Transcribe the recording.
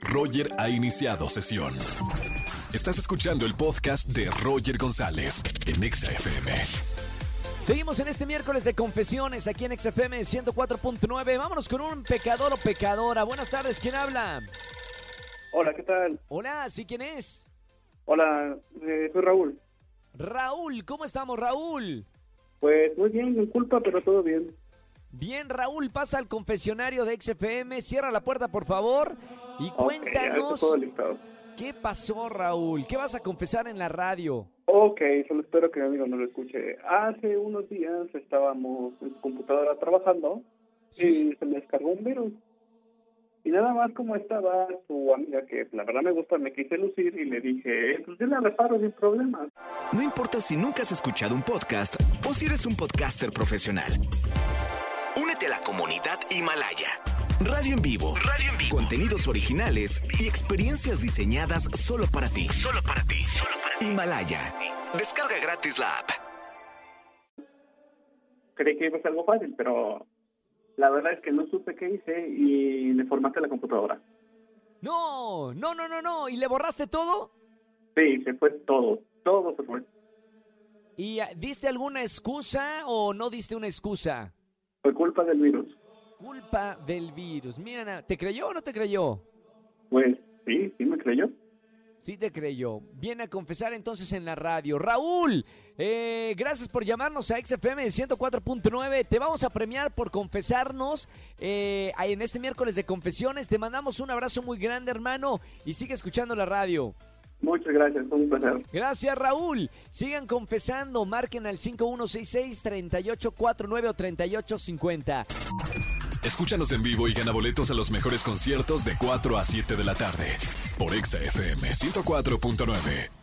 Roger ha iniciado sesión. Estás escuchando el podcast de Roger González en Exa FM. Seguimos en este miércoles de confesiones aquí en XFM 104.9. Vámonos con un pecador o pecadora. Buenas tardes, ¿quién habla? Hola, ¿qué tal? Hola, ¿sí quién es? Hola, eh, soy Raúl. Raúl, ¿cómo estamos, Raúl? Pues muy bien, sin culpa, pero todo bien. Bien, Raúl, pasa al confesionario de XFM, cierra la puerta, por favor, y cuéntanos Ok, todo listado. qué pasó, Raúl. ¿Qué vas a confesar en la radio? Ok, solo espero que mi amigo no lo escuche. Hace unos días estábamos en su computadora trabajando y se me descargó un virus. Y nada más como estaba su amiga, que la verdad me gusta, me quise lucir y le dije, pues yo la reparo sin problemas. No importa si nunca has escuchado un podcast o si eres un podcaster profesional. Únete a la comunidad Himalaya. Radio en vivo. Radio en vivo. Contenidos originales y experiencias diseñadas solo para ti. Solo para ti. Solo para ti. Himalaya. Descarga gratis la app. Creí que iba a ser algo fácil, pero la verdad es que no supe qué hice y le formateé la computadora. No, no, no, no, no. ¿Y le borraste todo? Sí, se fue todo, todo se fue. ¿Y ah, diste alguna excusa o no diste una excusa? Fue culpa del virus. Culpa del virus. Mira, na- ¿te creyó o no te creyó? Pues sí, sí me creyó. Sí te creyó. Viene a confesar entonces en la radio. Raúl, eh, gracias por llamarnos a XFM 104.9. Te vamos a premiar por confesarnos eh, ahí en este miércoles de confesiones. Te mandamos un abrazo muy grande, hermano, y sigue escuchando la radio. Muchas gracias, fue un placer. Gracias, Raúl. Sigan confesando. Marquen al 5166-3849 o 3850. Escúchanos en vivo y gana boletos a los mejores conciertos de 4 a 7 de la tarde por Exa FM 104.9.